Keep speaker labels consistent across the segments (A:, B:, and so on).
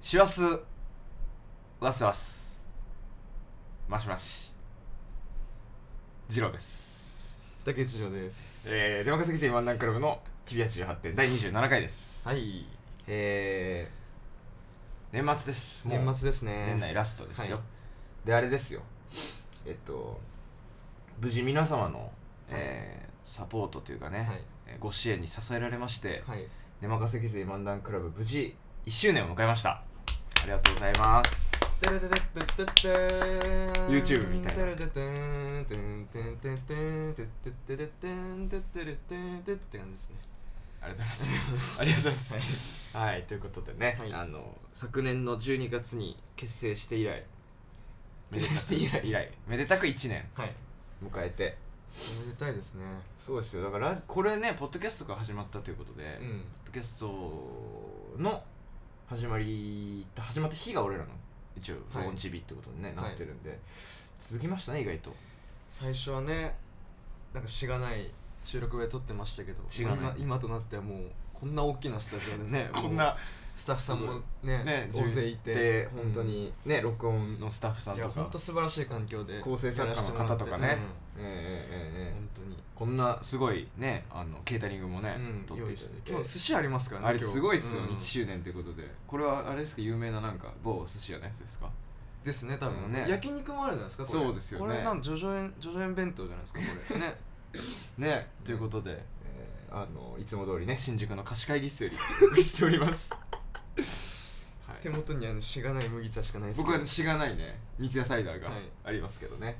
A: 師走わすわすマシマシジローです
B: 竹内城です、
A: えー、出任せ犠牲ワンランクラブの日比谷18点第27回です
B: はい
A: えー、年末ですもう
B: 年末ですね
A: 年内ラストですよ、
B: はい
A: であれですよえっと無事皆様の、えーサポートというかね、
B: はい
A: えーご支援に支えられまして、
B: はい
A: 根任せ決意漫談クラブ無事1周年を迎えましたありがとうございます
B: テレテテテテテ
A: YouTube みたいな
B: テレテテンテンテンテンテンテテテテテンテテレテンテって感じですね
A: ありがとうございます
B: あ
A: あ
B: り
A: り
B: が
A: がと
B: とう
A: う
B: ご
A: ご
B: ざ
A: ざ
B: い
A: いま
B: ま
A: すはいということでね、
B: はい
A: あの昨年の12月に結成して以来
B: 結成して以来
A: 以来めでたく1年
B: はい
A: 迎えて
B: おめでたいですね
A: そうですよだからラジこれねポッドキャストが始まったということで、
B: う
A: ポッ
B: ん
A: ドキャストの始まり始まった日が俺らの一応
B: はい
A: ローンチ日ってことに、ね
B: い
A: なってるんで、続きましたね意外と
B: 最初はねなんかしがない収録で撮ってましたけど
A: しがない
B: 今今となってはもうこんな大きなスタジオでね
A: こんな
B: スタッフさんもね
A: ね、
B: 大勢いて
A: 本当にね、録音のスタッフさん
B: いや
A: と
B: 本
A: か
B: 当素晴らしい環境で
A: 構成作
B: やらせ
A: 家
B: て
A: の
B: もら
A: 方
B: って
A: とかね、ええ
B: うん
A: ええええ
B: 本当に
A: こんなすごいねあのケータリングもね、
B: うん
A: 取っ
B: 用
A: てい
B: 意
A: た
B: し
A: だ
B: て
A: いて
B: 今日寿司ありますからね
A: あれすごいっすよ、
B: 今日うん
A: 1周年ということでこれはあれですか有名ななんか某寿司屋のやつですか
B: ですね多
A: う
B: 分
A: んね
B: 焼肉もあるじゃないですかこれ
A: そうですよね
B: これなんジョジョ園ジョジョ園弁当じゃないですかこ れね
A: ね、
B: うん
A: ということで、ええあのいつも通りね新宿の貸し会議室よりお送りしており ます、はい
B: 手元にはねしがない麦茶しかないですけ
A: 僕
B: ど
A: はしがないね三ツ矢サイダーが
B: はい
A: ありますけどね、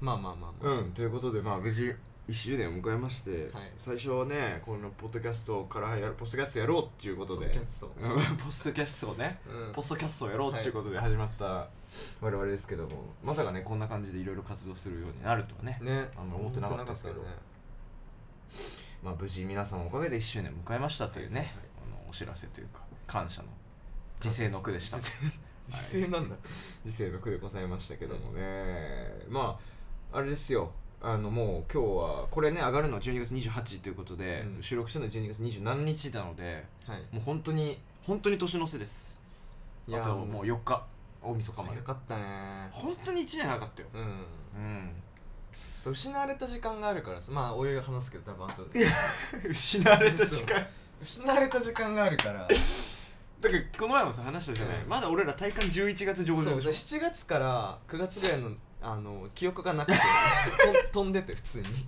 B: まあまあまあまあ
A: うん、ということで、まあ、無事1周年を迎えまして、
B: はい
A: 最初はねこのポッドキャストからやるポッドキャストやろうっていうことで
B: ポッドキャスト
A: うん ポッドキャストをね、
B: うん
A: ポッドキャストをやろうっていうことで始まった我々ですけども、まさかねこんな感じでいろいろ活動するようになるとはね
B: ね
A: あんまり思ってなかったですけど
B: 思ってなかっ
A: まあ、無事皆さんのおかげで1周年迎えましたというね、
B: はい
A: あのお知らせというか感謝の
B: た
A: 時世の句で した
B: 時世時世なんだ
A: 時世の句でございましたけどもね、まああれですよあのもう今日はこれね上がるのは12月28ということで、
B: うん
A: 収録したのは12月27日なので
B: はい
A: もう本当に本当に年の瀬です
B: い
A: あ
B: や
A: ともう4日大晦日まで
B: 早かったね
A: 本当に1年なかったよ
B: うん
A: うん
B: 失われた時間があるからさまあおいおい話すけど多分後で
A: 失われた時
B: そう
A: 間
B: 失われた時間があ るから
A: だからこの前もさ話したじゃない、
B: うん
A: まだ俺ら体感11月上
B: そ
A: 旬
B: う
A: でしょ
B: 7月から9月ぐらいのあの記憶が なくてと飛んでて普通に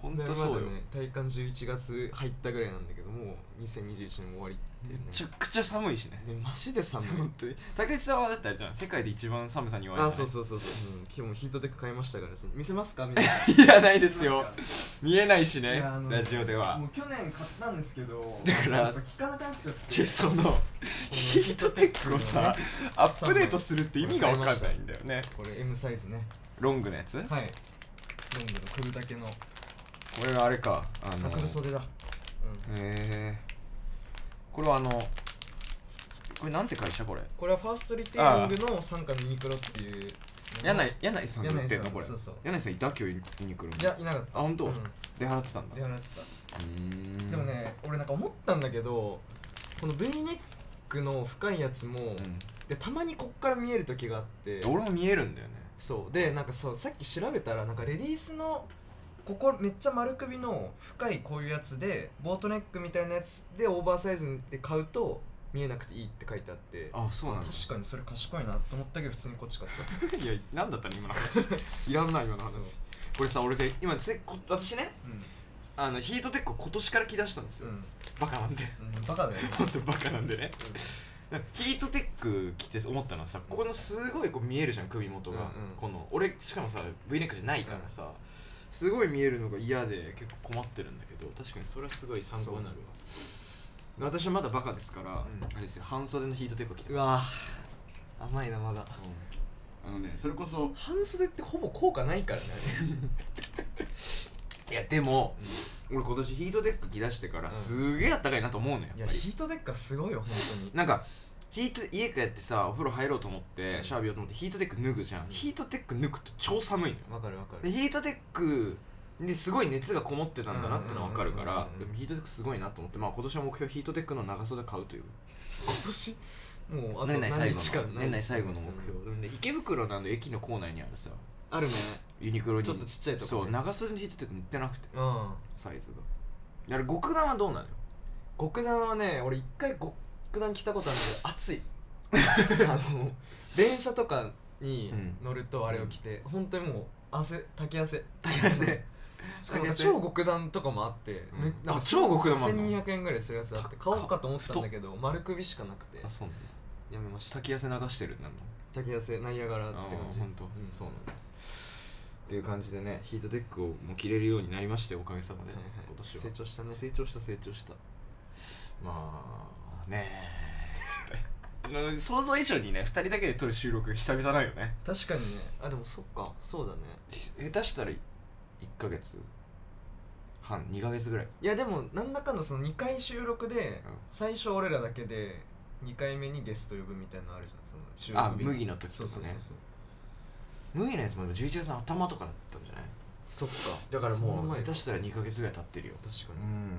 A: 本当そうよ、
B: だね体感11月入ったぐらいなんだけどもう2021年も終わりってい
A: め
B: うね
A: ちゃくちゃ寒いしね
B: でマジで寒い
A: 本当に竹内さんはだってあれじゃん世界で一番寒さに弱い
B: あそう
A: う
B: そうそうそう、うん、今日もヒートテック買いましたからちょっと見せますかみんな
A: いらないですよ
B: 見せま
A: 見えないし
B: かい
A: ね
B: やあの
A: ラジオでは
B: もう去年買ったんですけど
A: だから
B: やっぱ聞かなくなっちゃって
A: ちょそのヒートテックをさアップデートするって意味が分かんないんだよね
B: これ M サイズね
A: ロングのやつ
B: はいロングの来るだけの
A: これがあれかあの
B: あこれ袖だ、うん、
A: えこれはあのこれなんて会社これ
B: これはファーストリテイリングの傘下ミニクロっていうの
A: 柳柳井さんが売ってんの
B: 柳井さん
A: これ
B: そうそう
A: 柳井さんいた今日ユニクロに
B: いやいなかった
A: あ本当
B: うん
A: 出払ってたんだ
B: 出払ってた、
A: うーん
B: でもね俺なんか思ったんだけどこの V ネックの深いやつも、
A: うん
B: でたまにこっから見える時があって
A: 俺も見えるんだよね
B: そうでなんかそうさっき調べたらなんかレディースのここめっちゃ丸首の深いこういうやつでボートネックみたいなやつでオーバーサイズで買うと見えなくていいって書いてあって
A: あそうなんだ
B: 確かにそれ賢いなと思ったけど普通にこっち買っちゃった
A: いや何だったの今の話いらんな今の話
B: そう
A: これさ俺が今せこ私ね
B: う
A: あのヒートテックを今年から着出したんですよ、
B: ん、うん
A: バカなんで
B: うん、バカだよね、
A: ほんとバカなんでねヒートテック着て思ったのはさここのすごいこう見えるじゃん首元が、
B: うんうん
A: この俺しかもさ V ネックじゃないからさ、すごい見えるのが嫌で結構困ってるんだけど確かにそれはすごい参考になるわ私はまだバカですから、
B: ん
A: あれですよ半袖のヒートテックを着て
B: う
A: ます
B: わぁ甘いなまだ
A: うんあのねそれこそ
B: 半袖ってほぼ効果ないからね
A: いやでも、俺今年ヒートテック着出してから
B: うん
A: すげえあったかいなと思うのよ
B: い
A: や
B: や
A: っぱり
B: ヒートデックはすごいよ本当に
A: なんかヒート家帰ってさお風呂入ろうと思って
B: うん
A: シャワー浴びようと思ってヒートテック脱ぐじゃん、
B: うん
A: ヒートテック脱ぐと超寒いのよ
B: わかるわか
A: で
B: る
A: ヒートテックですごい熱がこもってたんだなってのは分かるか
B: うんうん
A: ら
B: うんうん
A: ヒートテックすごいなと思って、まあ、今年の目標はヒートテックの長袖買うという
B: 今年もうあと
A: 年内最
B: 何日
A: 後
B: か
A: の年内最後の目標、で池袋なんで駅の構内にあるさ
B: あるね
A: ユニクロに
B: ちょっとちっちゃいとこ
A: そう
B: ね
A: 長袖のヒートテック売ってなくて
B: うん
A: サイズがあれ極段はどう なのよ
B: 極段はね俺一回極段来たことあるんだけど暑 いあの電車とかに乗るとあれを着て、本当にもう汗竹汗
A: 竹汗
B: しかも
A: 竹汗
B: 超極段とかもあって、
A: うん
B: めなん
A: あ超極段もあんの
B: 1200円ぐらいするやつあって
A: 高
B: 買お
A: っ
B: うかと思ったんだけど丸首しかなくて
A: あそうなんだ
B: やめました
A: 滝汗流してるなんだ
B: 竹汗ナイアガラって感じ
A: あーほんとそうなんだっていう感じでねヒートテックをもう着れるようになりましておかげさまで、
B: はいはい
A: 今年は
B: 成長したね
A: 成長した成長したまあねえ あの想像以上にね2人だけで撮る収録が久々なんよね
B: 確かにねあでもそっかそうだね
A: 下手したら1ヶ月半2ヶ月ぐらい
B: いやでもなんだかんだその2回収録で
A: うん
B: 最初俺らだけで2回目にゲスト呼ぶみたいなのあるじゃんその収
A: あ
B: 録日
A: 麦の時とかね
B: そうそうそうそう
A: 麦のやつもでも11月の頭とかだったんじゃない
B: そっか
A: だから
B: その
A: もう
B: 前
A: 下手したら
B: 確
A: 2ヶ月ぐらい経ってるよ
B: か
A: う
B: に
A: ん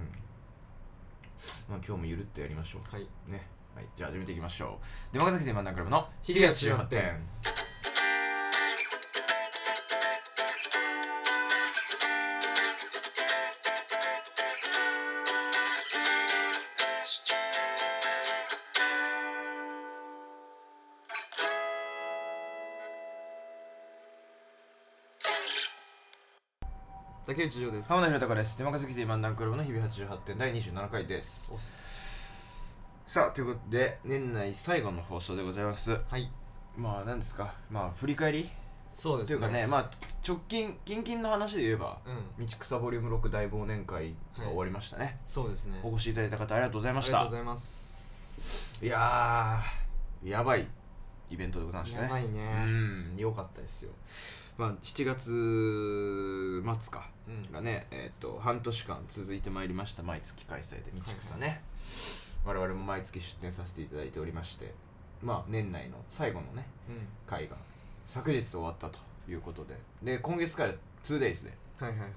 A: まあ今日もゆるっとやりましょう
B: はい
A: ねはいじゃあ始めていきましょう山崎全漫談クラブの「
B: 昼夜18点竹内涼です
A: 浜田博隆です山崎全漫談クラブの「日々88点」第27回です
B: おっす
A: さあということで年内最後の放送でございます
B: はい
A: まあ何ですかまあ振り返り
B: そうで
A: と
B: す
A: いうかねまあ直近近々の話で言えば
B: うん
A: 道草ボリューム6大忘年会が終わりましたね、
B: そうですね
A: お越しいただいた方ありがとうございま
B: あ
A: し
B: りがと
A: た
B: うございます
A: いやーやばいイベントでございましたね
B: やばいね
A: うん良かったですよまあ7月末か
B: うん
A: がねえっ、と半年間続いてまいりました毎月開催で道草ね、我々も毎月出展させていただいておりましてまあ年内の最後のね
B: うん
A: 会が昨日終わったということでで今月から 2days で
B: はいはいはい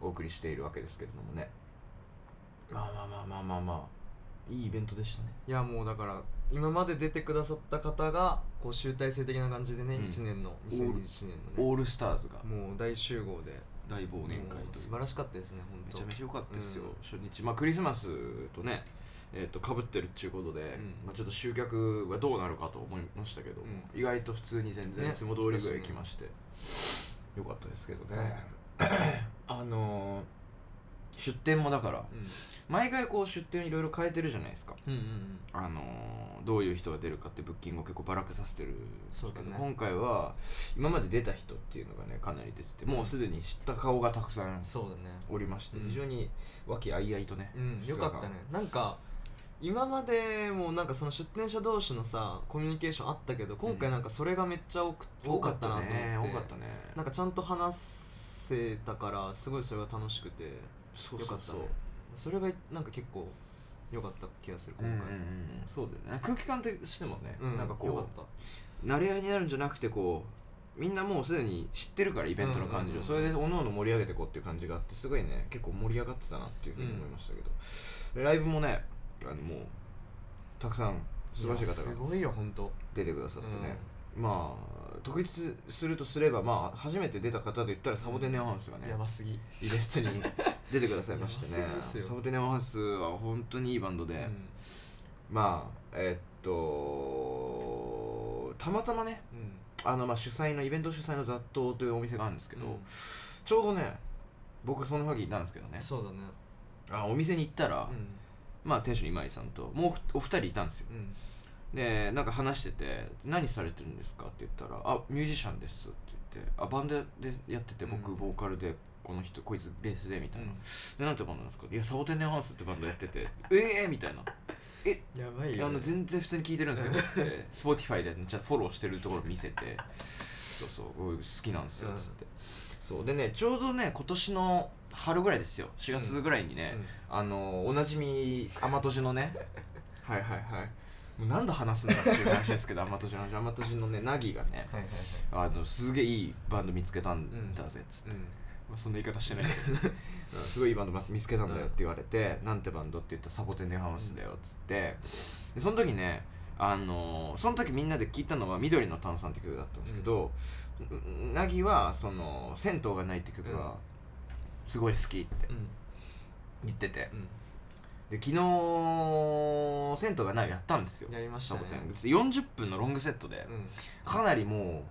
A: お送りしているわけですけれどもねまあまあまあまあまあまあいいイベントでしたね
B: いやもうだから今まで出てくださった方がこう集大成的な感じでね、
A: うん
B: 1年の2021年のね
A: オールスターズが
B: もう大集合で
A: 大忘年会
B: もう
A: とい
B: 素
A: う
B: 晴らしかったですね本
A: め
B: 当
A: ちゃめちゃ良かったですよ、
B: うん
A: 初日まあクリスマスとねえー、と被ってるっちゅうことで、
B: ん
A: まあ、ちょっと集客がどうなるかと思いましたけど、
B: う
A: 意外と普通に全然い
B: ね
A: つも通りぐらい来まして、良かったですけどね あのー出店もだから毎回こう出店いろいろ変えてるじゃないですか
B: うんうんうんうん
A: あのーどういう人が出るかってブッキングを結構ばらけさせてるんですけ
B: そう
A: ど、
B: だね
A: 今回は今まで出た人っていうのがねかなり出ててもうすでに知った顔がたくさん
B: そうだね
A: おりまして、
B: うん
A: 非常に和気あいあいとね、
B: うんよかったねなんか今までもなんかその出店者同士のさコミュニケーションあったけど今回なんかそれがめっちゃ多く
A: 多
B: 多
A: か
B: か
A: っ
B: ったたな
A: な
B: と
A: と
B: 思
A: 思って
B: っ
A: て多かったね
B: なんかちゃんと話せたからすごいそれが楽しくて
A: そう
B: よ
A: そ
B: か
A: う
B: った
A: そう
B: ねそれがなんか結構良かった気がする
A: うん
B: 今
A: うん
B: 回
A: うんそうだよね空気感としてもね、
B: うん
A: なんか
B: よかっ
A: こ
B: た
A: う慣れ合いになるんじゃなくてこうみんなもうすでに知ってるからイベントの感じを、
B: うんうんうん
A: それでおのおの盛り上げてこうっていう感じがあってすごいね結構盛り上がってたなっていうふうに思いましたけど、でライブもねあのもうたくさん素晴らしい
B: やす
A: 方が
B: ごいよ本当
A: 出てくださってね、まあ特筆するとすればまあ初めて出た方で言ったらサボテンネオハウスがね、
B: やばすぎ
A: イベントに出てくださいましてね
B: いや忘れですよ
A: サボテンネオハウスは本当にいいバンドで、まあえっとたまたまね
B: うんうん
A: あのまあ主催のイベント主催の雑踏というお店があるんですけど、
B: うん
A: ちょうどね僕その時いたんですけどね
B: そうだね
A: あお店に行ったら、
B: う
A: まあ店主の今井さんともうお二人いたんですよ
B: んうん
A: でなんか話してて「何されてるんですか?」って言ったら「あミュージシャンです」って言って「あバンドでやってて僕
B: うん
A: ボーカルでこの人こいつベースで」みたいなでなんてバンドなんですかいやサボテンネオハウスってバンドやっててええみたいな
B: やばい
A: いやあの全然普通に聴いてるんですよつってスポティファイでちゃんとフォローしてるところ見せてそうそうおい好きなんですよ
B: うん
A: つって、そうでねちょうどね今年の春ぐらいですよ4月ぐらいにね、あのおなじみ天とじのねはいはいはいもう何度話すんだっていう話ですけど天とじの話天とじのねナギがね
B: はいはいはい
A: あのすげえいいバンド見つけたんだぜっつって、
B: うん
A: まあ、そんな言い方してないけど うんすごいいいバンドま見つけたんだよって言われて「なんてバンド?」って言ったら「サボテンでハウスだよ」っつってでその時ねあのーその時みんなで聞いたのは「緑の炭酸」って曲だったんですけど、ううなぎはその「銭湯がない」って曲
B: うん
A: がすごい好きって
B: うん
A: 言ってて
B: う
A: で昨日「銭湯がない」やったんですよ
B: んやりまし
A: サ
B: たね
A: ボテン40分のロングセットで
B: うん
A: かなりも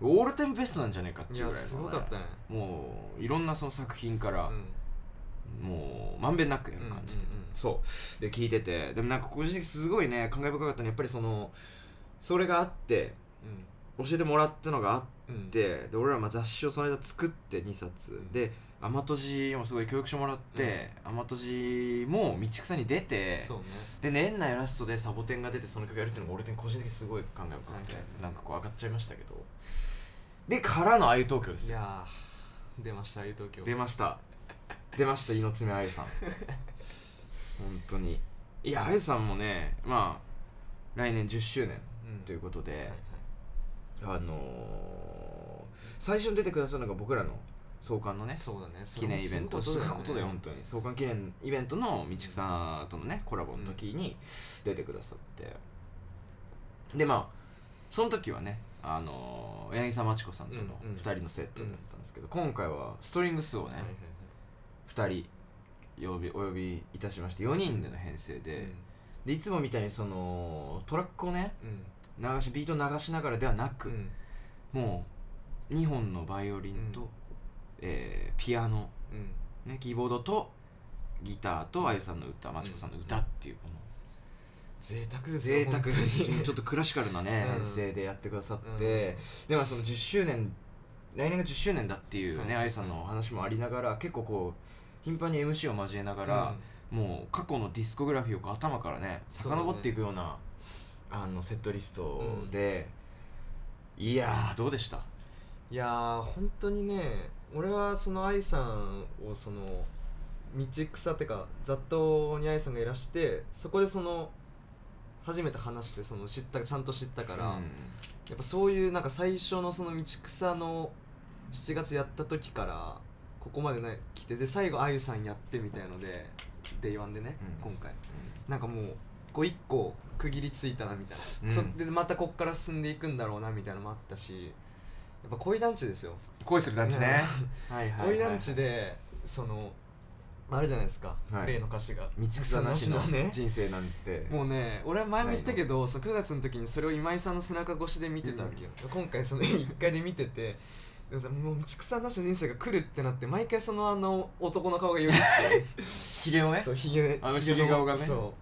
A: うオールタイムベストなんじゃないかって
B: い
A: いうぐ
B: や
A: らいのね
B: すごかったね
A: もういろんなその作品から、
B: うん
A: もうまんべんなくやる感じで、
B: うんうんうん
A: そうで聞いててでもなんか個人的にすごいね感慨深かったのはやっぱりそのそれがあって教えてもらったのがあっ
B: うんうん
A: てで俺らまあ雑誌をその間作って2冊で「アマトジ」もすごい教育してもらって「アマトジ」も道草に出て
B: そうね
A: で年内ラストでサボテンが出てその曲やるっていうのが俺的に個人的にすごい感慨深くて、
B: はい
A: なんかこう上がっちゃいましたけどでからのああいう東京です
B: い
A: よ
B: やー出ましたああいう東京
A: 出ました出ました猪の爪あゆさん本当にいやあゆさんもねまあ来年10周年
B: うん
A: ということ
B: はい
A: で
B: はい、
A: あのー最初に出てくださるのが僕らの創刊のね
B: そうだねそ
A: 記
B: れも
A: 念イベント
B: す
A: すご
B: ごい
A: い
B: こ
A: ことと
B: だ
A: だ
B: よ
A: よ
B: ね
A: 本当に創刊記念イベントの道草とのねコラボの時に出てくださってでまあその時はねあのー柳沢真知子さんとの
B: うんうん
A: 2人のセットだったんですけど、今回はストリングスをね、
B: はいはい
A: 2人呼びお呼びいたしまして4人での編成で,、でいつもみたいにそのトラックをね
B: うん
A: 流しビートを流しながらではな
B: う
A: く、
B: んうん
A: もう2本のバイオリンと、
B: うん
A: えーピアノ、
B: うん
A: ね、キーボードとギターとあゆさんの歌まちこさんの歌っていうこの
B: 贅沢です
A: 贅
B: よ
A: 沢
B: 本当に
A: にちょっとクラシカルなね
B: うん
A: 編成でやってくださ
B: うん
A: って、でもその10周年来年が10周年だっていうね
B: はい
A: あゆさんのお話もありながら結構こう頻繁に MC を交えながら、もう過去のディスコグラフィーをこう頭からね
B: そうだね
A: 遡っていくようなあのセットリストで、いやーどうでした
B: いやー本当にね俺はその愛さんをその道草ってか雑踏に愛さんがいらしてそこでその初めて話してその知ったちゃんと知ったから、
A: うん
B: やっぱそういうなんか最初のその道草の7月やった時からここまでね来てで最後あゆさんやってみたいので Day1 でね、
A: うん
B: 今回なんかもうこう一個区切りついたなみたい
A: う
B: な、
A: ん
B: そでまたこっから進んでいくんだろうなみたいなのもあったしやっぱ恋団地ですよ、
A: 恋する団地 ね、はい
B: 恋団地でそのあるじゃないですか、
A: はい
B: 例の歌詞が
A: 道草なしの
B: 草ね
A: 人生なんて
B: もうね俺は前も言ったけどその9月の時にそれを今井さんの背中越しで見てたわけよ、今回その 1回で見ててでもさもう道草なしの人生が来るってなって毎回そのあの男の顔がよ ぎって
A: ひげをね
B: そうひげ
A: あの
B: ひげ
A: ひげ顔がね
B: そ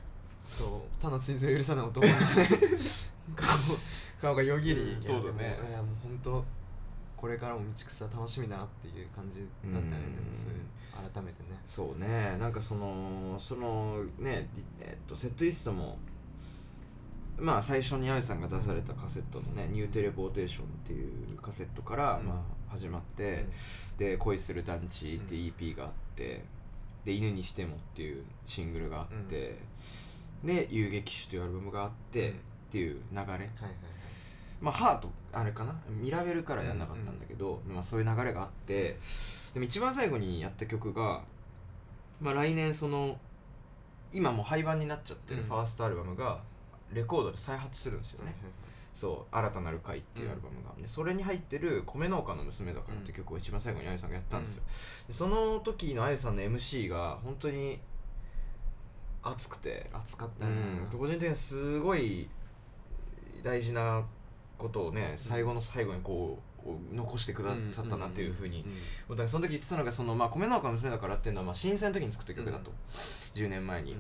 B: うそう他の追随を許さない男のね 顔顔がよぎり、
A: うんそうだね
B: いやでもいやもう本当これからも道草楽しみだなっていう感じだったねでも
A: うん
B: そういう改めてね
A: そうねなんかそのそのねえっとセットリストもまあ最初にあゆさんが出されたカセットのね「ニューテレポーテーション」っていうカセットから、
B: うん
A: まあ、始まって、で「恋する団地」っていう EP があって「で犬にしても」っていうシングルがあって、で「遊撃手」というアルバムがあって、
B: うん
A: っていう流れ
B: はいはいはい
A: まあハートあれかなミラベルからやんなかったんだけど、まあ、そういう流れがあってでも一番最後にやった曲が、まあ、来年その今もう廃盤になっちゃってる
B: うん
A: ファーストアルバムがレコードで再発するんですよね、そう「新たなる会」っていうアルバムが、でそれに入ってる「米農家の娘だから」って曲を一番最後にあゆさんがやったんですよ、でその時のあゆさんの MC が本当に熱くて
B: 暑かった
A: う
B: ね、
A: ん、個人的にはすごい大事なことをね最後の最後にこう残してくださったなっていうふうに
B: ん
A: だからその時言ってたのがその、まあ、米農家の娘だからっていうのは、まあ、震災の時に作った曲だと、10年前に、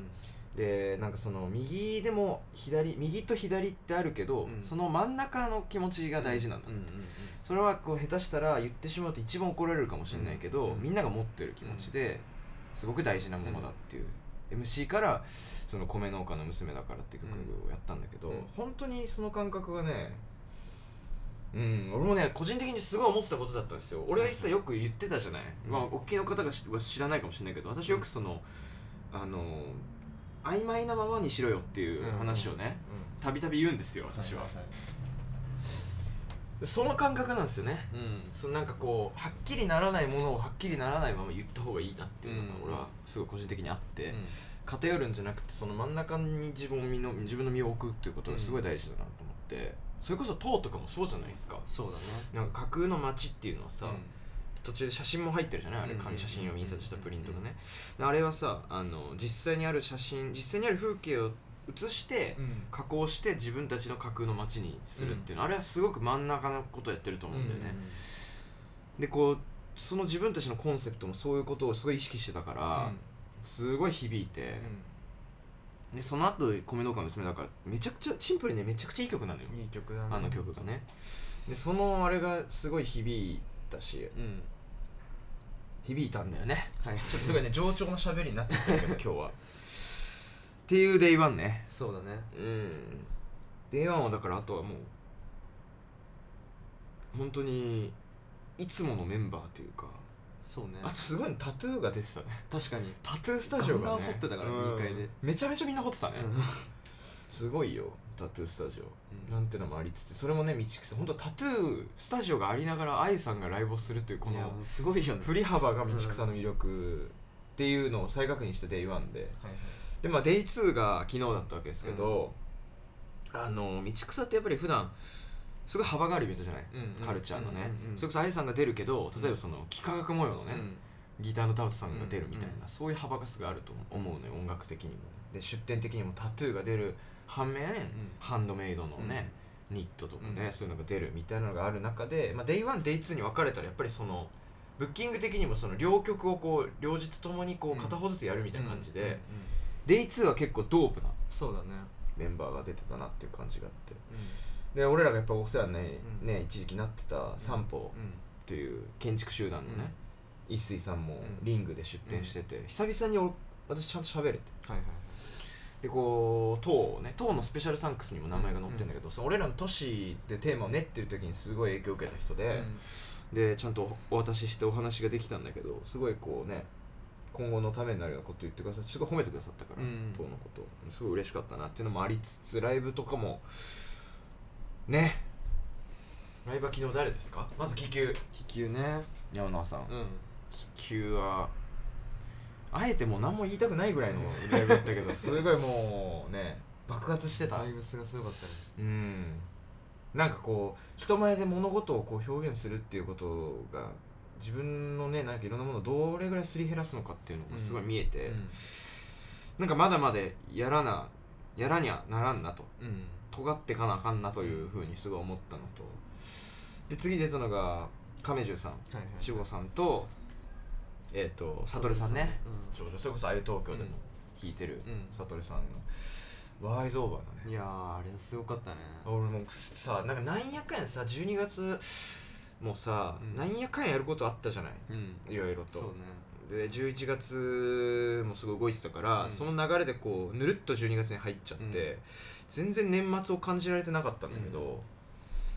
A: でなんかその右でも左右と左ってあるけど、
B: うん
A: その真ん中の気持ちが大事なんだ、
B: うんうんうん
A: それはこう下手したら言ってしまうと一番怒られるかもしれないけど、
B: うん
A: みんなが持ってる気持ちですごく大事なものだっていう、MC からその米農家の娘だからって曲をやったんだけど、
B: うん
A: 本当にその感覚がねうん、俺もね個人的にすごい思ってたことだったんですよ俺は実はよく言ってたじゃない、
B: うん
A: まあおっきいの方がしは知らないかもしれないけど私よくその、あの曖昧なままにしろよっていう話をねたびたび言うんですよ私は、その感覚なんですよね
B: うん
A: そのなんかこうはっきりならないものをはっきりならないまま言った方がいいなっていうのが
B: うん
A: 俺はすごい個人的にあって、偏るんじゃなくてその真ん中に自分を身の自分の身を置くっていうことがすごい大事だなと思って、それこそ塔とかもそうじゃないですか
B: そうだね
A: なんか架空の街っていうのはさ、途中で写真も入ってるじゃないあれ
B: うんうんうん
A: 紙写真を印刷したプリントがねであれはさあの実際にある写真実際にある風景を写して
B: うん
A: 加工して自分たちの架空の街にするっていうの、あれはすごく真ん中のことをやってると思うんだよね、でこうその自分たちのコンセプトもそういうことをすごい意識してたから、すごい響いて、でその後米農家の娘だからめちゃくちゃシンプルにねめちゃくちゃいい曲なのよ、
B: うんいい曲だね
A: あの曲がねでそのあれがすごい響いたし
B: うん
A: 響いたんだよねはい
B: ちょっとすごいね冗長な喋りになってきたけど
A: 今日はっていうデイワンね
B: そうだね
A: うんデイワンはだからあとはもう本当にいつものメンバーというか
B: そうね
A: あとすごいのタトゥーが出てたね
B: 確かに
A: タトゥースタジオが、ね、
B: ガンガン掘ってたからね
A: うん
B: 二階で
A: めちゃめちゃみんな掘ってたね、
B: う
A: すごいよタトゥースタジオ、
B: うん
A: なんてのもありつつそれもね道草本当タトゥースタジオがありながら AI さんがライブをするというこ
B: んいや
A: の
B: すごいよね
A: 振り幅が道草の魅力っていうのを再確認した Day1 で
B: はいはい
A: でまあ Day2 が昨日だったわけですけど、あの道草ってやっぱり普段すごい幅があるイベントじゃない、
B: うんうん
A: カルチャーのね、
B: うんうんうん
A: それこそ AI さんが出るけど例えばその幾何学模様のね、ギターの田淵さんが出るみたいな、
B: うんうん
A: そういう幅がすごいあると思うのよ音楽的にもで出店的にもタトゥーが出る反面、ハンドメイドのね、ニットとかね、
B: うん
A: そういうのが出るみたいなのがある中で、まあ、Day1、Day2 に分かれたらやっぱりそのブッキング的にもその両曲をこう両日ともにこ
B: うん
A: う片方ずつやるみたいな感じで、
B: うんうんうん
A: Day2 は結構ドープな
B: そうだね
A: メンバーが出てたなっていう感じがあってで俺らがやっぱお世話に、ね
B: うん
A: ね一時期なってた三歩
B: うん
A: という建築集団のね、一水さんも
B: うん
A: リングで出展してて、久々に俺私ちゃんと喋れて
B: はいはい
A: でこう塔をね塔のスペシャルサンクスにも名前が載ってるんだけど、その俺らの都市でテーマを練ってる時にすごい影響を受けた人で、でちゃんとおお渡ししてお話ができたんだけどすごいこうね今後のためになるようなこと言ってくださってすごい褒めてくださったから、
B: うん
A: 塔のことすごい嬉しかったなっていうのもありつつライブとかもねライブは昨日誰ですかまず気球
B: 気球ね
A: 山野さん、
B: うん
A: 気球はあえてもう何も言いたくないぐらいのライブだったけどすごいもうね 爆発してた
B: バイブスがすごかったね
A: うんなんかこう人前で物事をこう表現するっていうことが自分のねなんかいろんなものをどれぐらいすり減らすのかっていうのがすごい見えて、なんかまだまだやらなやらにゃならんなと
B: うんうん
A: 尖ってかなあかんなというふうにすごい思ったのとで次出たのが亀十さん
B: はいはい
A: 志保さんとえっ、と悟さんねちょうどそれこそああいう東京でも弾いてる
B: うん
A: 悟さんのワイズオーバーだ
B: うん
A: ね
B: いやーあれすごかったね
A: 俺もうさなんかなんやかんやさ12月もうさ、
B: うん
A: なんやかんややることあったじゃない
B: うん
A: いろいろ
B: そう
A: と
B: ね
A: で11月もすごい動いてたから、
B: うん
A: その流れでこうぬるっと12月に入っちゃって、
B: うん
A: 全然年末を感じられてなかったんだけど、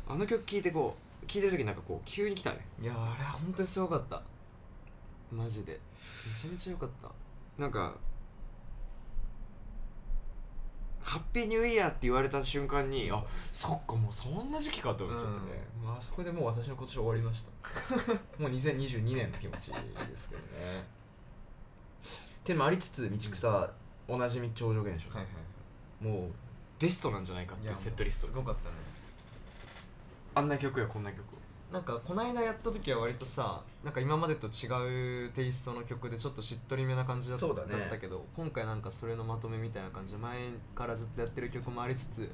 A: あの曲聴いてこう聴いてる時なんかこう急に来たね
B: いやーあれ本当にすごかったマジでめちゃめちゃ良かった
A: なんかハッピーニューイヤーって言われた瞬間にあそっかもうそんな時期かと思っちゃってね、もうあそこでもう私の今年終わりま したもう2022年の気持ちですけどねてのもありつつ道草おなじみ頂上現象、
B: はいはい
A: もうベストなんじゃないかっていうセットリス
B: す
A: ト
B: ごかったね
A: あんな曲やこんな曲
B: なんかこないだやった時は割とさなんか今までと違うテイストの曲でちょっとしっとりめな感じだった
A: そうだね
B: だったけど今回なんかそれのまとめみたいな感じで前からずっとやってる曲もありつつ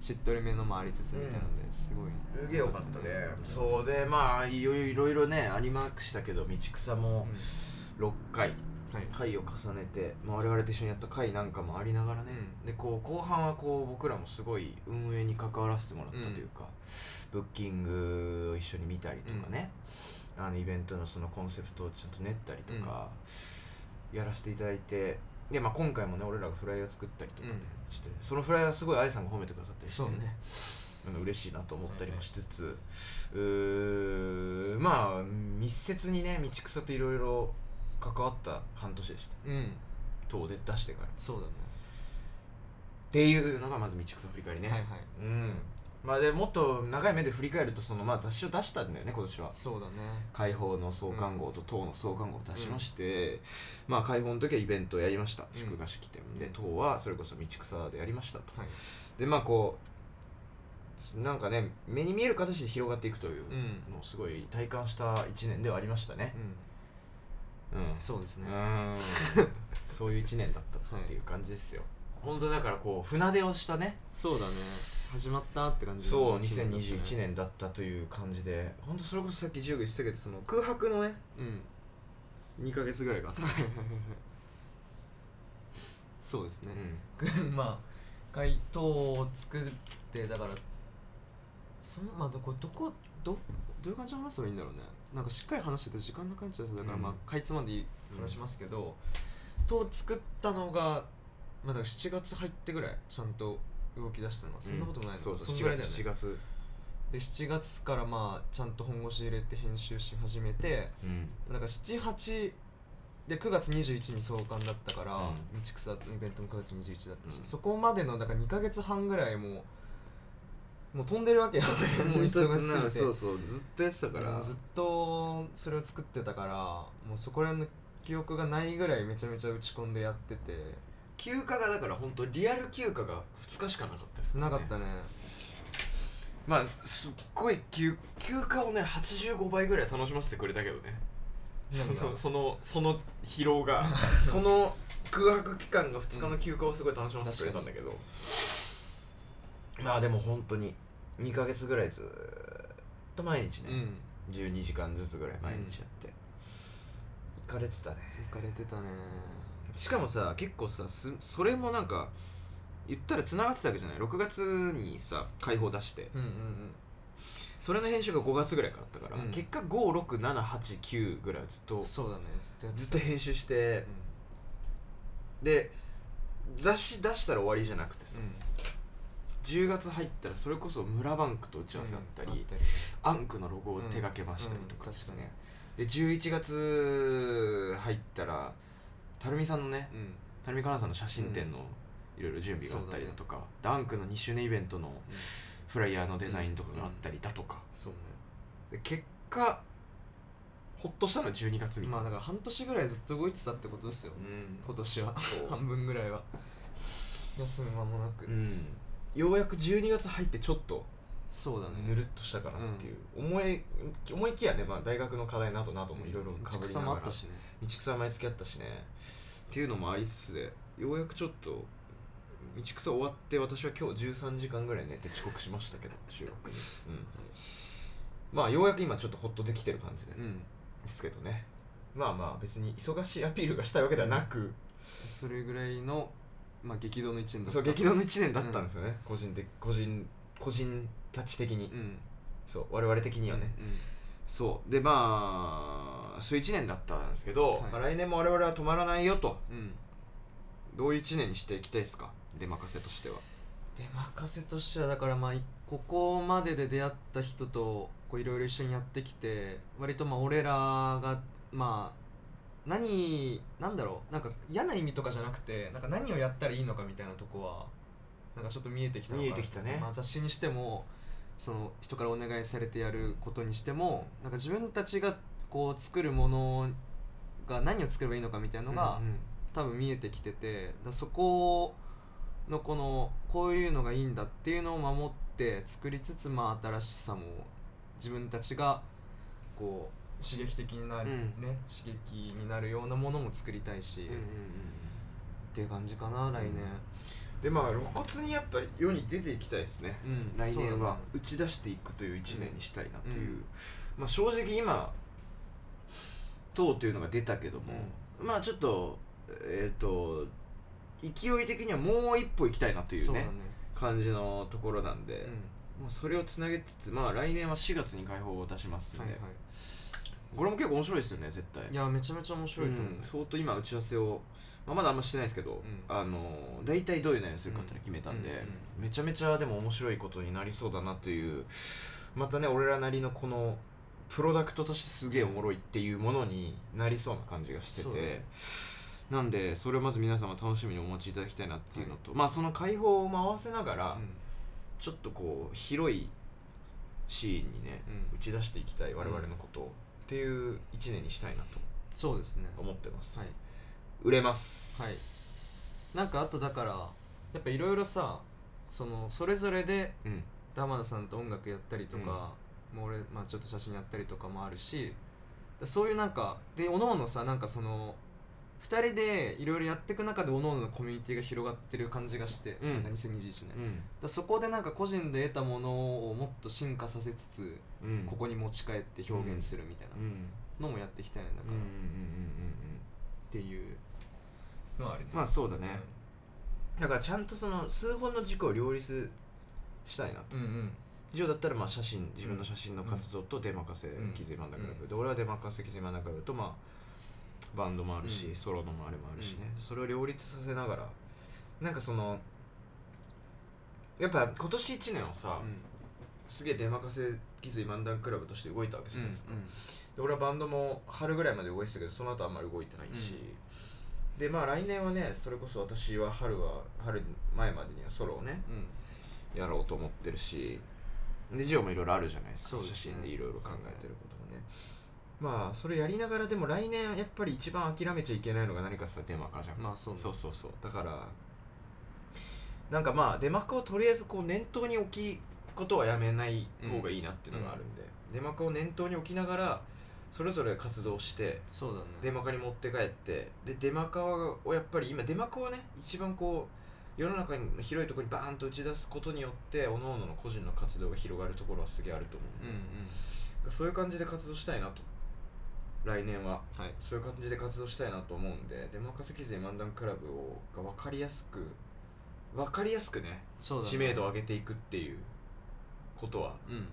B: しっとりめのもありつつみたいなのですごい、
A: すげえよかったねそうでまあいろいろいろねありましたけど道草も6回
B: はい
A: 回を重ねて、まあ、我々と一緒にやった回なんかもありながらね、でこう後半はこう僕らもすごい運営に関わらせてもらったというか、ブッキングを一緒に見たりとかね、あのイベントのそのコンセプトをちゃんと練ったりとか、やらせていただいてで、まあ、今回もね俺らがフライヤー作ったりとかね、してそのフライヤーすごい愛さんが褒めてくださったりして
B: そうね
A: あの嬉しいなと思ったりもしつつ、うーまあ密接にね道草といろいろ関わった半年でした
B: うん
A: 塔で出してからっ
B: そうだね
A: ていうのがまず道草振り返りね、
B: はいはい
A: うんまあでもっと長い目で振り返るとそのまあ雑誌を出したんだよね今年は
B: そうだね
A: 解放の創刊号と党の創刊号を出しまして、まあ解放の時はイベントをやりました
B: うん
A: 祝賀式典で、
B: うん
A: 党はそれこそ道草でやりましたと
B: はい
A: でまあこうなんかね目に見える形で広がっていくという
B: うん、うん、
A: のをすごい体感した1年ではありましたねうん
B: そうですね、
A: う ーんそういう1年だったっていう感じですよ、本当だからこう船出をしたね
B: そうだね始まったって感じの
A: そう
B: 一だったね
A: 2021年だったという感じで本当それこそさっき10言ってたけどその空白のね
B: うん
A: 2ヶ月ぐらいがあった、
B: そうですね、
A: ん、
B: まあ回答を作ってだからそのまあどこどこどどういう感じで話せばいいんだろうねなんかしっかり話してて時間なくなっちゃうだから、
A: うん
B: まあかいつまんで話しますけど、党を作ったのがまあだから7月入ってぐらいちゃんと動き出したのはそんなこともないの、
A: そうそ
B: ん
A: う
B: ぐ
A: 7
B: らい
A: 月
B: だ
A: 7
B: よね
A: 月
B: で7月からまあちゃんと本腰入れて編集し始めて
A: うん
B: なんか78で9月21に創刊だったから、
A: うん
B: 道草のイベントも9月21だったし、
A: うん
B: そこまでのだから2ヶ月半ぐらいもうもう飛んでるわけよ もう忙しすぎて
A: そうそうずっとやってたから
B: ずっとそれを作ってたからもうそこら辺の記憶がないぐらいめちゃめちゃ打ち込んでやってて
A: 休暇がだから本当リアル休暇が2日しかなかったです
B: なかったね
A: まあすっごい休休暇をね85倍ぐらい楽しませてくれたけどねそ
B: なん
A: の
B: か
A: そのその疲労 がその空白期間が2日の休暇をすごい楽しませてくれたんだけど、まあでも本当に2ヶ月ぐらいずーっと毎日ね、
B: うん
A: 12時間ずつぐらい毎日やって、行かれてたね
B: 行かれてたね
A: しかもさ結構さすそれもなんか言ったら繋がってたわけじゃない6月にさ解放出して
B: うんうん
A: それの編集が5月ぐらいからだったから、
B: うん
A: 結果56789ぐらいはずっ
B: う
A: と
B: んそうだねずっとやって
A: ずったと編集してで雑誌出したら終わりじゃなくてさ、
B: うん
A: 10月入ったらそれこそ村バンクと打ち合わせだったり、
B: うん
A: アンクのロゴを手掛けましたりとかです
B: うんうん
A: ね、で11月入ったらたるみさんのね
B: うん
A: たるみかなさんの写真展のいろいろ準備があったりだとか、でアンクの2周年イベントのフライヤーのデザインとかがあったりだとか、
B: そうね
A: で結果ほっとしたのは12月みたいな、
B: まあだから半年ぐらいずっと動いてたってことですよ
A: うん
B: 今年は
A: そう
B: 半分ぐらいは休む間もなく、
A: うん、ようやく12月入ってちょっと
B: そうだ
A: ぬるっとしたかなっていう、思い思いきやね、まあ、大学の課題などなどもいろいろか
B: かぶ
A: ぶり
B: さ
A: な
B: も
A: が
B: あ
A: ら
B: ったしね
A: 道草は毎月あったしねっていうのもありつつでようやくちょっと道草終わって私は今日13時間ぐらい寝て遅刻しました けど収録に、うん、まあようやく今ちょっとホッとできてる感じで
B: うん
A: ですけどねまあまあ別に忙しいアピールがしたいわけではなく、
B: それぐらいのまあ激動の一年だった
A: そう激動の1年だったんですよね、個人的個人個人たち的に、
B: うん
A: そう我々的にはね、そうでまあそういう1年だったんですけど、
B: はい
A: まあ、来年も我々は止まらないよと
B: うん、うん、
A: どういう1年にしていきたいですか出任せとしては
B: で任せとしてはだからまあいここまでで出会った人とこういろいろ一緒にやってきて割とまあ俺らがまあ何なんだろうなんか嫌な意味とかじゃなくてなんか何をやったらいいのかみたいなとこはなんかちょっと見えてきたのかな
A: 見えてきたね
B: まあ、雑誌にしてもその人からお願いされてやることにしてもなんか自分たちがこう作るものが何を作ればいいのかみたいなのが、多分見えてきててだからそこのこのこういうのがいいんだっていうのを守って作りつつまあ新しさも自分たちがこう刺激的になる、
A: うん
B: ね刺激になるようなものも作りたいし、っていう感じかな来年、
A: でまあ露骨にやっぱ世に出ていきたいですね
B: うん
A: 来
B: そうだ
A: 年
B: ね
A: は打ち出していくという1年にしたいなという、
B: うん
A: まあ正直今党というのが出たけども、まあちょっとえっ、と勢い的にはもう一歩行きたいなという
B: そうだ
A: ね
B: ね
A: 感じのところなんで、
B: うん
A: まあ、それをつなげつつまあ来年は4月に開放を出しますんで、
B: はいは
A: これも結構面白いですよね絶対
B: いいやめちゃめちゃ面白いと思う、
A: うん相当今打ち合わせを、まあ、まだあんましてないですけど、
B: ん
A: あの大体どういう内容にするかっていうのを決めたんで、
B: うんうん
A: めちゃめちゃでも面白いことになりそうだなというまたね俺らなりのこのプロダクトとしてすげえおもろいっていうものになりそうな感じがしてて、
B: そうだね
A: なんでそれをまず皆様楽しみにお待ちいただきたいなっていうのと、まあその解放も合わせながら、
B: うん
A: ちょっとこう広いシーンにね、
C: うん
A: 打ち出していきたい我々のことを、っていう一年にしたいなと
B: そうですね
A: 思ってます、
B: はい
A: 売れます
B: はいなんかあとだからやっぱいろいろさそのそれぞれで
A: うん
B: ダマダさんと音楽やったりとか、もう俺、まあ、ちょっと写真やったりとかもあるしだそういうなんかでおのおのさなんかその2人でいろいろやっていく中でおのおののコミュニティが広がってる感じがして、
A: うん
B: なんか2021年、
A: うん
B: だそこでなんか個人で得たものをもっと進化させつつ、
A: うん
B: ここに持ち帰って表現するみたい
A: うんうん
B: なのもやっていきたいねだか
A: うんうんうん
B: ら、
A: うんうん
B: っていう
C: まああるね
A: まあそうだね、だからちゃんとその数本の軸を両立したいなと
C: うんうんうん
A: 以上だったらまあ写真自分の写真の活動と出任せ
C: うん
A: キズイマンダクラブ、
C: うん
A: で俺は出任せキズイマンダクラブとまあバンドもあるし、
C: うん
A: ソロのもあれもあるしね、それを両立させながらなんかそのやっぱ今年1年をさ、すげえ出任せキズイマンダクラブとして動いたわけじゃないですか、で俺はバンドも春ぐらいまで動いてたけどその後あんまり動いてないし、でまあ来年はねそれこそ私は春は春前までにはソロをね
B: うんうん
A: やろうと思ってるしでジオもいろいろあるじゃないですか
B: そうですね
A: 写真でいろいろ考えてることがね、まあそれやりながらでも来年やっぱり一番諦めちゃいけないのが何かって言ったらデマかじゃん、
B: まあそうね
A: そうそうそうだからなんかまあデマクをとりあえずこう念頭に置きことはやめない方がいいなっていうのがあるんで、デマクを念頭に置きながらそれぞれ活動して
B: そうだね
A: デマカに持って帰ってでデマカをやっぱり今デマカをね一番こう世の中の広いところにバーンと打ち出すことによって各々の個人の活動が広がるところはすげえあると思
B: うんうん
A: うそういう感じで活動したいなと来年は
B: はい
A: そういう感じで活動したいなと思うんでデマカ脊髄漫談クラブをが分かりやすく分かりやすくね
B: そうだね
A: 知名度を上げていくっていうことは
B: うん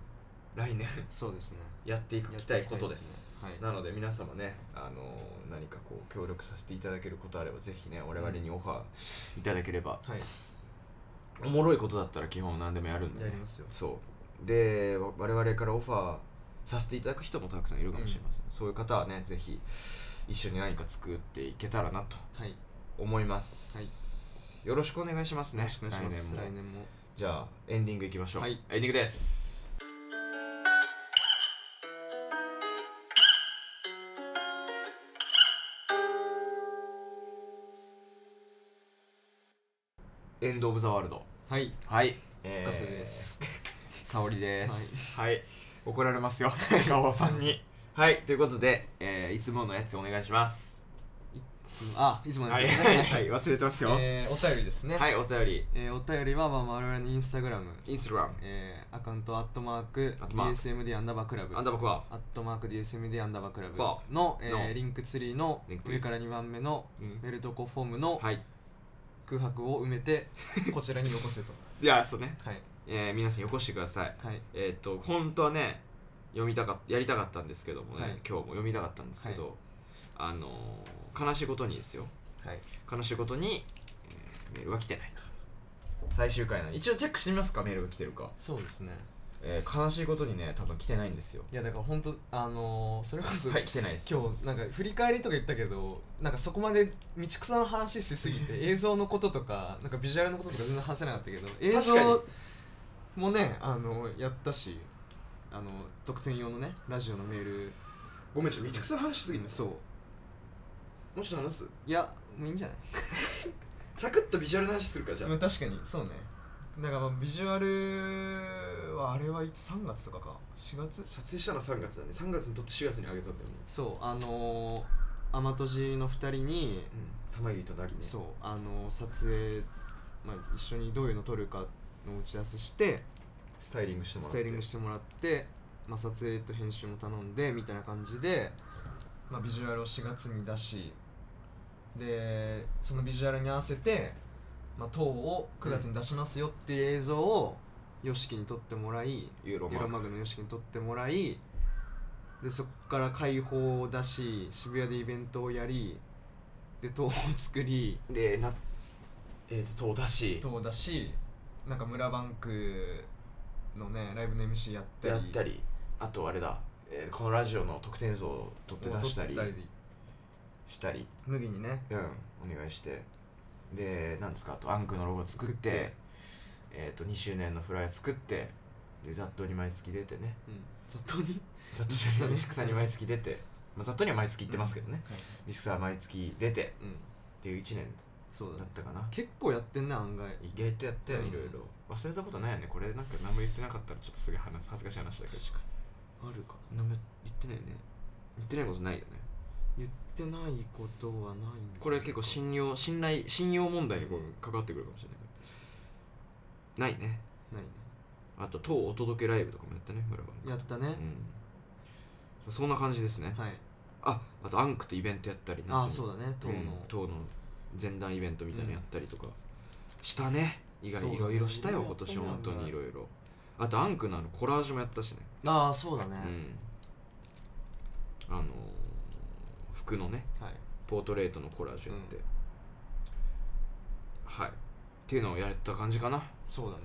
A: 来年
B: そうですね
A: やっていくきたいことで
B: やっていきたいですす。ねは
A: なので皆様ね、あのー何かこう協力させていただけることあればぜひね我々にオファーいただければ、
C: はい
A: おもろいことだったら基本何でもやるんで、
B: やりますよ
A: そうでわ我々からオファーさせていただく人もたくさんいるかもしれません、そういう方はねぜひ一緒に何か作っていけたらなと
B: はいよ
A: 思います、
B: はい
A: よろしくお願いしますね
B: ろしくお願いします
A: 来
B: 来
A: 年も
B: 年も
A: じゃあエンディングいきましょう、
B: はい
A: エンディングですエンド・オブ・ザ・ワールド
B: はい
A: はい、えー
B: 深瀬です
A: 沙織ですはい、怒られますよガオファンにはいということで、えーいつものやつお願いします
B: つあいつもですよね
A: はい、はい、忘れてますよ、
C: えーお便りですね
A: はいお便り
B: えーお便りはまあ我々のインスタグラム
A: インスタグラム
B: えーアカウントアットマーク
A: アットマーク
B: DSMD アンダーバークラブ
A: アンダーバークラブ
B: アットマーク DSMD アンダーバークラブ
A: そ
B: の、えー
A: の
B: リンクツリーの
A: リンクツリー
B: 上から2番目の
A: うん
B: メルトコフォームの
A: はい
B: 空白を埋めてこちらによこせ と
A: いやそうね
B: はい
A: えー皆さんよこしてください
B: はい
A: えーっと本当はね読みたかっやりたかったんですけどもね、
B: はい
A: 今日も読みたかったんですけど、あのー悲しいことにですよ
C: はい
A: 悲しいことに、えーメールが来てない最終回なの一応チェックしてみますかメールが来てるか、
B: そうですね
A: えー悲しいことにね多分来てないんですよ
B: いやだから本当あのーそれこそ、
A: はい来てないです
B: 今日なんか振り返りとか言ったけどなんかそこまで道草の話しすぎて映像のこととかなんかビジュアルのこととか全然話せなかったけど映
A: 確か
B: 像もねあのやったしあの特典用のねラジオのメール
A: ごめんちょっと道草の話しすぎます
B: そう
A: もうちょっと話す
B: いやもういいんじゃない
A: サクッとビジュアルの話するかじ
B: まあ確かにそうねだからまあビジュアルはあれはいつ3月とかか4月
A: 撮影したのは3月だね3月に撮って4月にあげたんだよね、
B: そうあのー、アマトジの2人に
A: うん、玉木となぎね
B: そうあの撮影、まあ、一緒にどういうの撮るかの打ち合わせして
A: スタイリングしてもらっ
B: ス
A: て
B: タイリングしてもらって、まあ、撮影と編集も頼んでみたいな感じで、まあ、ビジュアルを4月に出しでそのビジュアルに合わせて、まあ、塔を9月に出しますよっていう映像を YOSHIKI に撮ってもらい
A: ユーロ
B: ヨ
A: マ
B: ロ
A: ン
B: マグの YOSHIKI に撮ってもらいでそこから開放を出し渋谷でイベントをやりで塔を作り
A: でなえっ、と遠出し
B: そうだしなんか村バンクのねライブの MC やったり
A: やったりあとあれだ、えーこのラジオの特典像を取って出したり
B: 撮ったり
A: したり
B: 麦にね
A: うんお願いしてでなんですかあとアンクのロゴ作ってえー、と2周年のフライヤー作ってでざっとに毎月出てね
B: うんざっとに
A: ざっとシャにさんに毎月出て、まあ、ざっとには毎月行ってますけどね、ミシクさんは毎月出て
B: うん
A: っていう1年
B: そう
A: だ
B: だ
A: っ
B: ね
A: たかな
B: 結構やってんね案外
A: 意外とやったよ
B: うん
A: いろいろ忘れたことないよねこれなんか何も言ってなかったらちょっとすげえ話恥ずかしい話だけど
B: かにあるかな
A: 何も言ってないよね言ってないことないよね
B: 言ってないことはないんじゃない
A: これ結構信用信頼信用問題にこう関わってくるかもしれないないね
B: ないね
A: あと当お届けライブとかもやったね村場
B: やったね
A: うん、そんな感じですね、
B: はい
A: ああとアンクとイベントやったり
B: ああ
A: 夏
B: そう
A: に
B: だね
A: う
B: 党の
A: ん党の前段イベントみたいなのやったりとか、したね意外
B: そうだね
A: いろいろしたよ今
B: い
A: 年
B: ろいろや
A: 本
B: った
A: 当
B: ね
A: にいろいろあとアンクのあのコラージュもやったしね
B: ああそうだね
A: うんあのー服のね
B: はい
A: ポートレートのコラージュやって、はいっていうのをやった感じかな
B: そうだね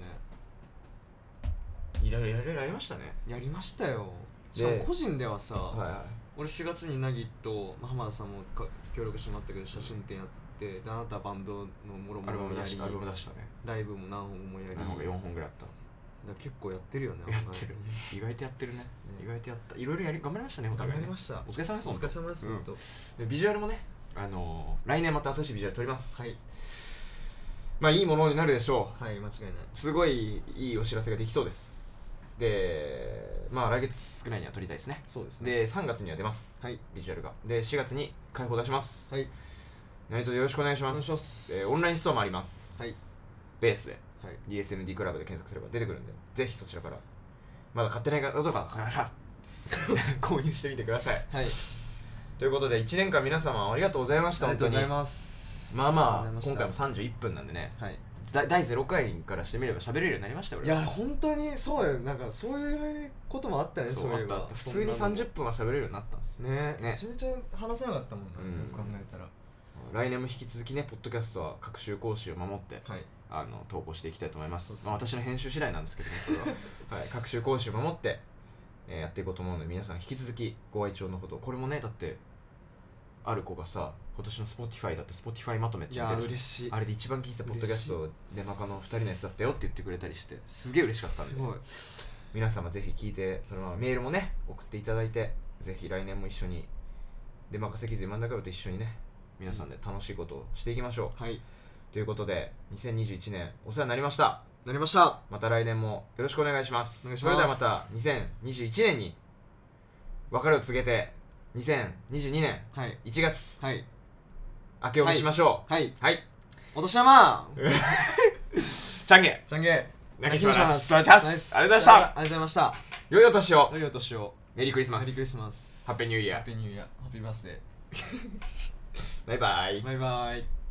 A: いろいろやりましたね
B: やりましたよしかも個人ではさ、
A: は
B: 俺4月にナギとまあ浜田さんもか協力してもらったけど写真展やって、であなたバンドのもろ
A: い
B: も
A: アルバ
B: ろ
A: ム
B: や
A: 出
B: り
A: したアルバム出したね
B: ライブも何本もやり
A: なんか4
B: だか
A: 本ぐらいあっ
B: ら結構やってるよね
A: たやってる意外とやってるね意外とやったいろいろやり頑張りましたねお
B: 頑張
A: 互い
B: り
A: ね
B: ました
A: お疲れ様です
B: お疲れ様です
A: うん
B: 本当、
A: でビジュアルもね、あのー来年また新しいビジュアル撮ります。
B: はい。
A: まあ、いいものになるでしょ。
B: はい間違いないう
A: すごいいいお知らせができそうです。で、まあ、来月くらいには撮りたいですね。
B: そうですね
A: で、3月には出ます。
B: はい
A: ビジュアルが。で、4月に開放出します。
B: はい
A: 何卒よろしくお願いします。
B: お願いします
A: えーオンラインストアもあります。
B: はい。
A: ベースで、
B: はい
A: DSMD クラブで検索すれば出てくるんで、ぜひそちらから。まだ買ってない方とかから 購入してみてください。
B: はい
A: ということで、1年間皆様ありがとうございました。
B: ありがとうござい
A: 本当に
B: ます
A: まあま
B: り
A: あ
B: がとう
A: 今回も
B: ございまし
A: 31分なんでね
B: たはい
A: だ第0回からしてみれば喋れるようになりましたよ
B: い
A: 俺は
B: や本当にそうだよなんかそういうこともあったね
A: そ
B: そうう
A: あ
B: い
A: っ
B: え
A: たあ
B: ば
A: った普通に
B: そんなの
A: 30分は喋れるようになったんですよ
B: ね
A: ね
B: めちゃめちゃ話せなかったもんな、
A: うん
B: よく考えたら
A: 来年も引き続きねポッドキャストは各週講師を守って
B: はい
A: あの投稿していきたいと思いま
B: そうですす
A: まあ私の編集次第なんですけどもそ れははい各週講師を守ってえーやっていこうと思うので皆さん引き続きご愛聴のほどこれもねだってある子がさ今年の Spotify だって Spotify まとめって
B: い
A: 言っ
B: や
A: てるじゃん
B: 嬉しい
A: あれで一番聞いたポッドキャストでまかの2人のやつだったよって言ってくれたりしてすげえ嬉しかったんです
B: ごい
A: 皆様ぜひ聞いてそのままメールもね送っていただいてぜひ来年も一緒にで任せきず真ん中部と一緒にね皆さんで楽しいことをしていきましょう、
B: はい
A: ということで2021年お世話になりました
B: なりました
A: また来年もよろしくお願いします
B: お願いし
A: そ
B: ま
A: れ
B: す
A: ではまた2021年に別れを告げて2022年
B: はい
A: 1月
B: はい
A: 明けおめしましょ
B: はい。
A: うはい、
B: お年玉
A: ちゃんげ
B: じゃんけん。
A: 泣
B: 泣
A: き
B: き
A: し
B: し
A: ま
B: ますす。
A: ありがとうございますありがとうございました
B: ありがとうございました。
A: 良いお年を
B: 良いお年を。
A: メリークリスマ
B: メ
A: ス
B: リークリスマス。
A: ハッピーニューイヤ
B: ハッ
A: ー
B: ピーニューイヤー。ハッピーバースデ
A: バイバイ
B: ー。バイバイ。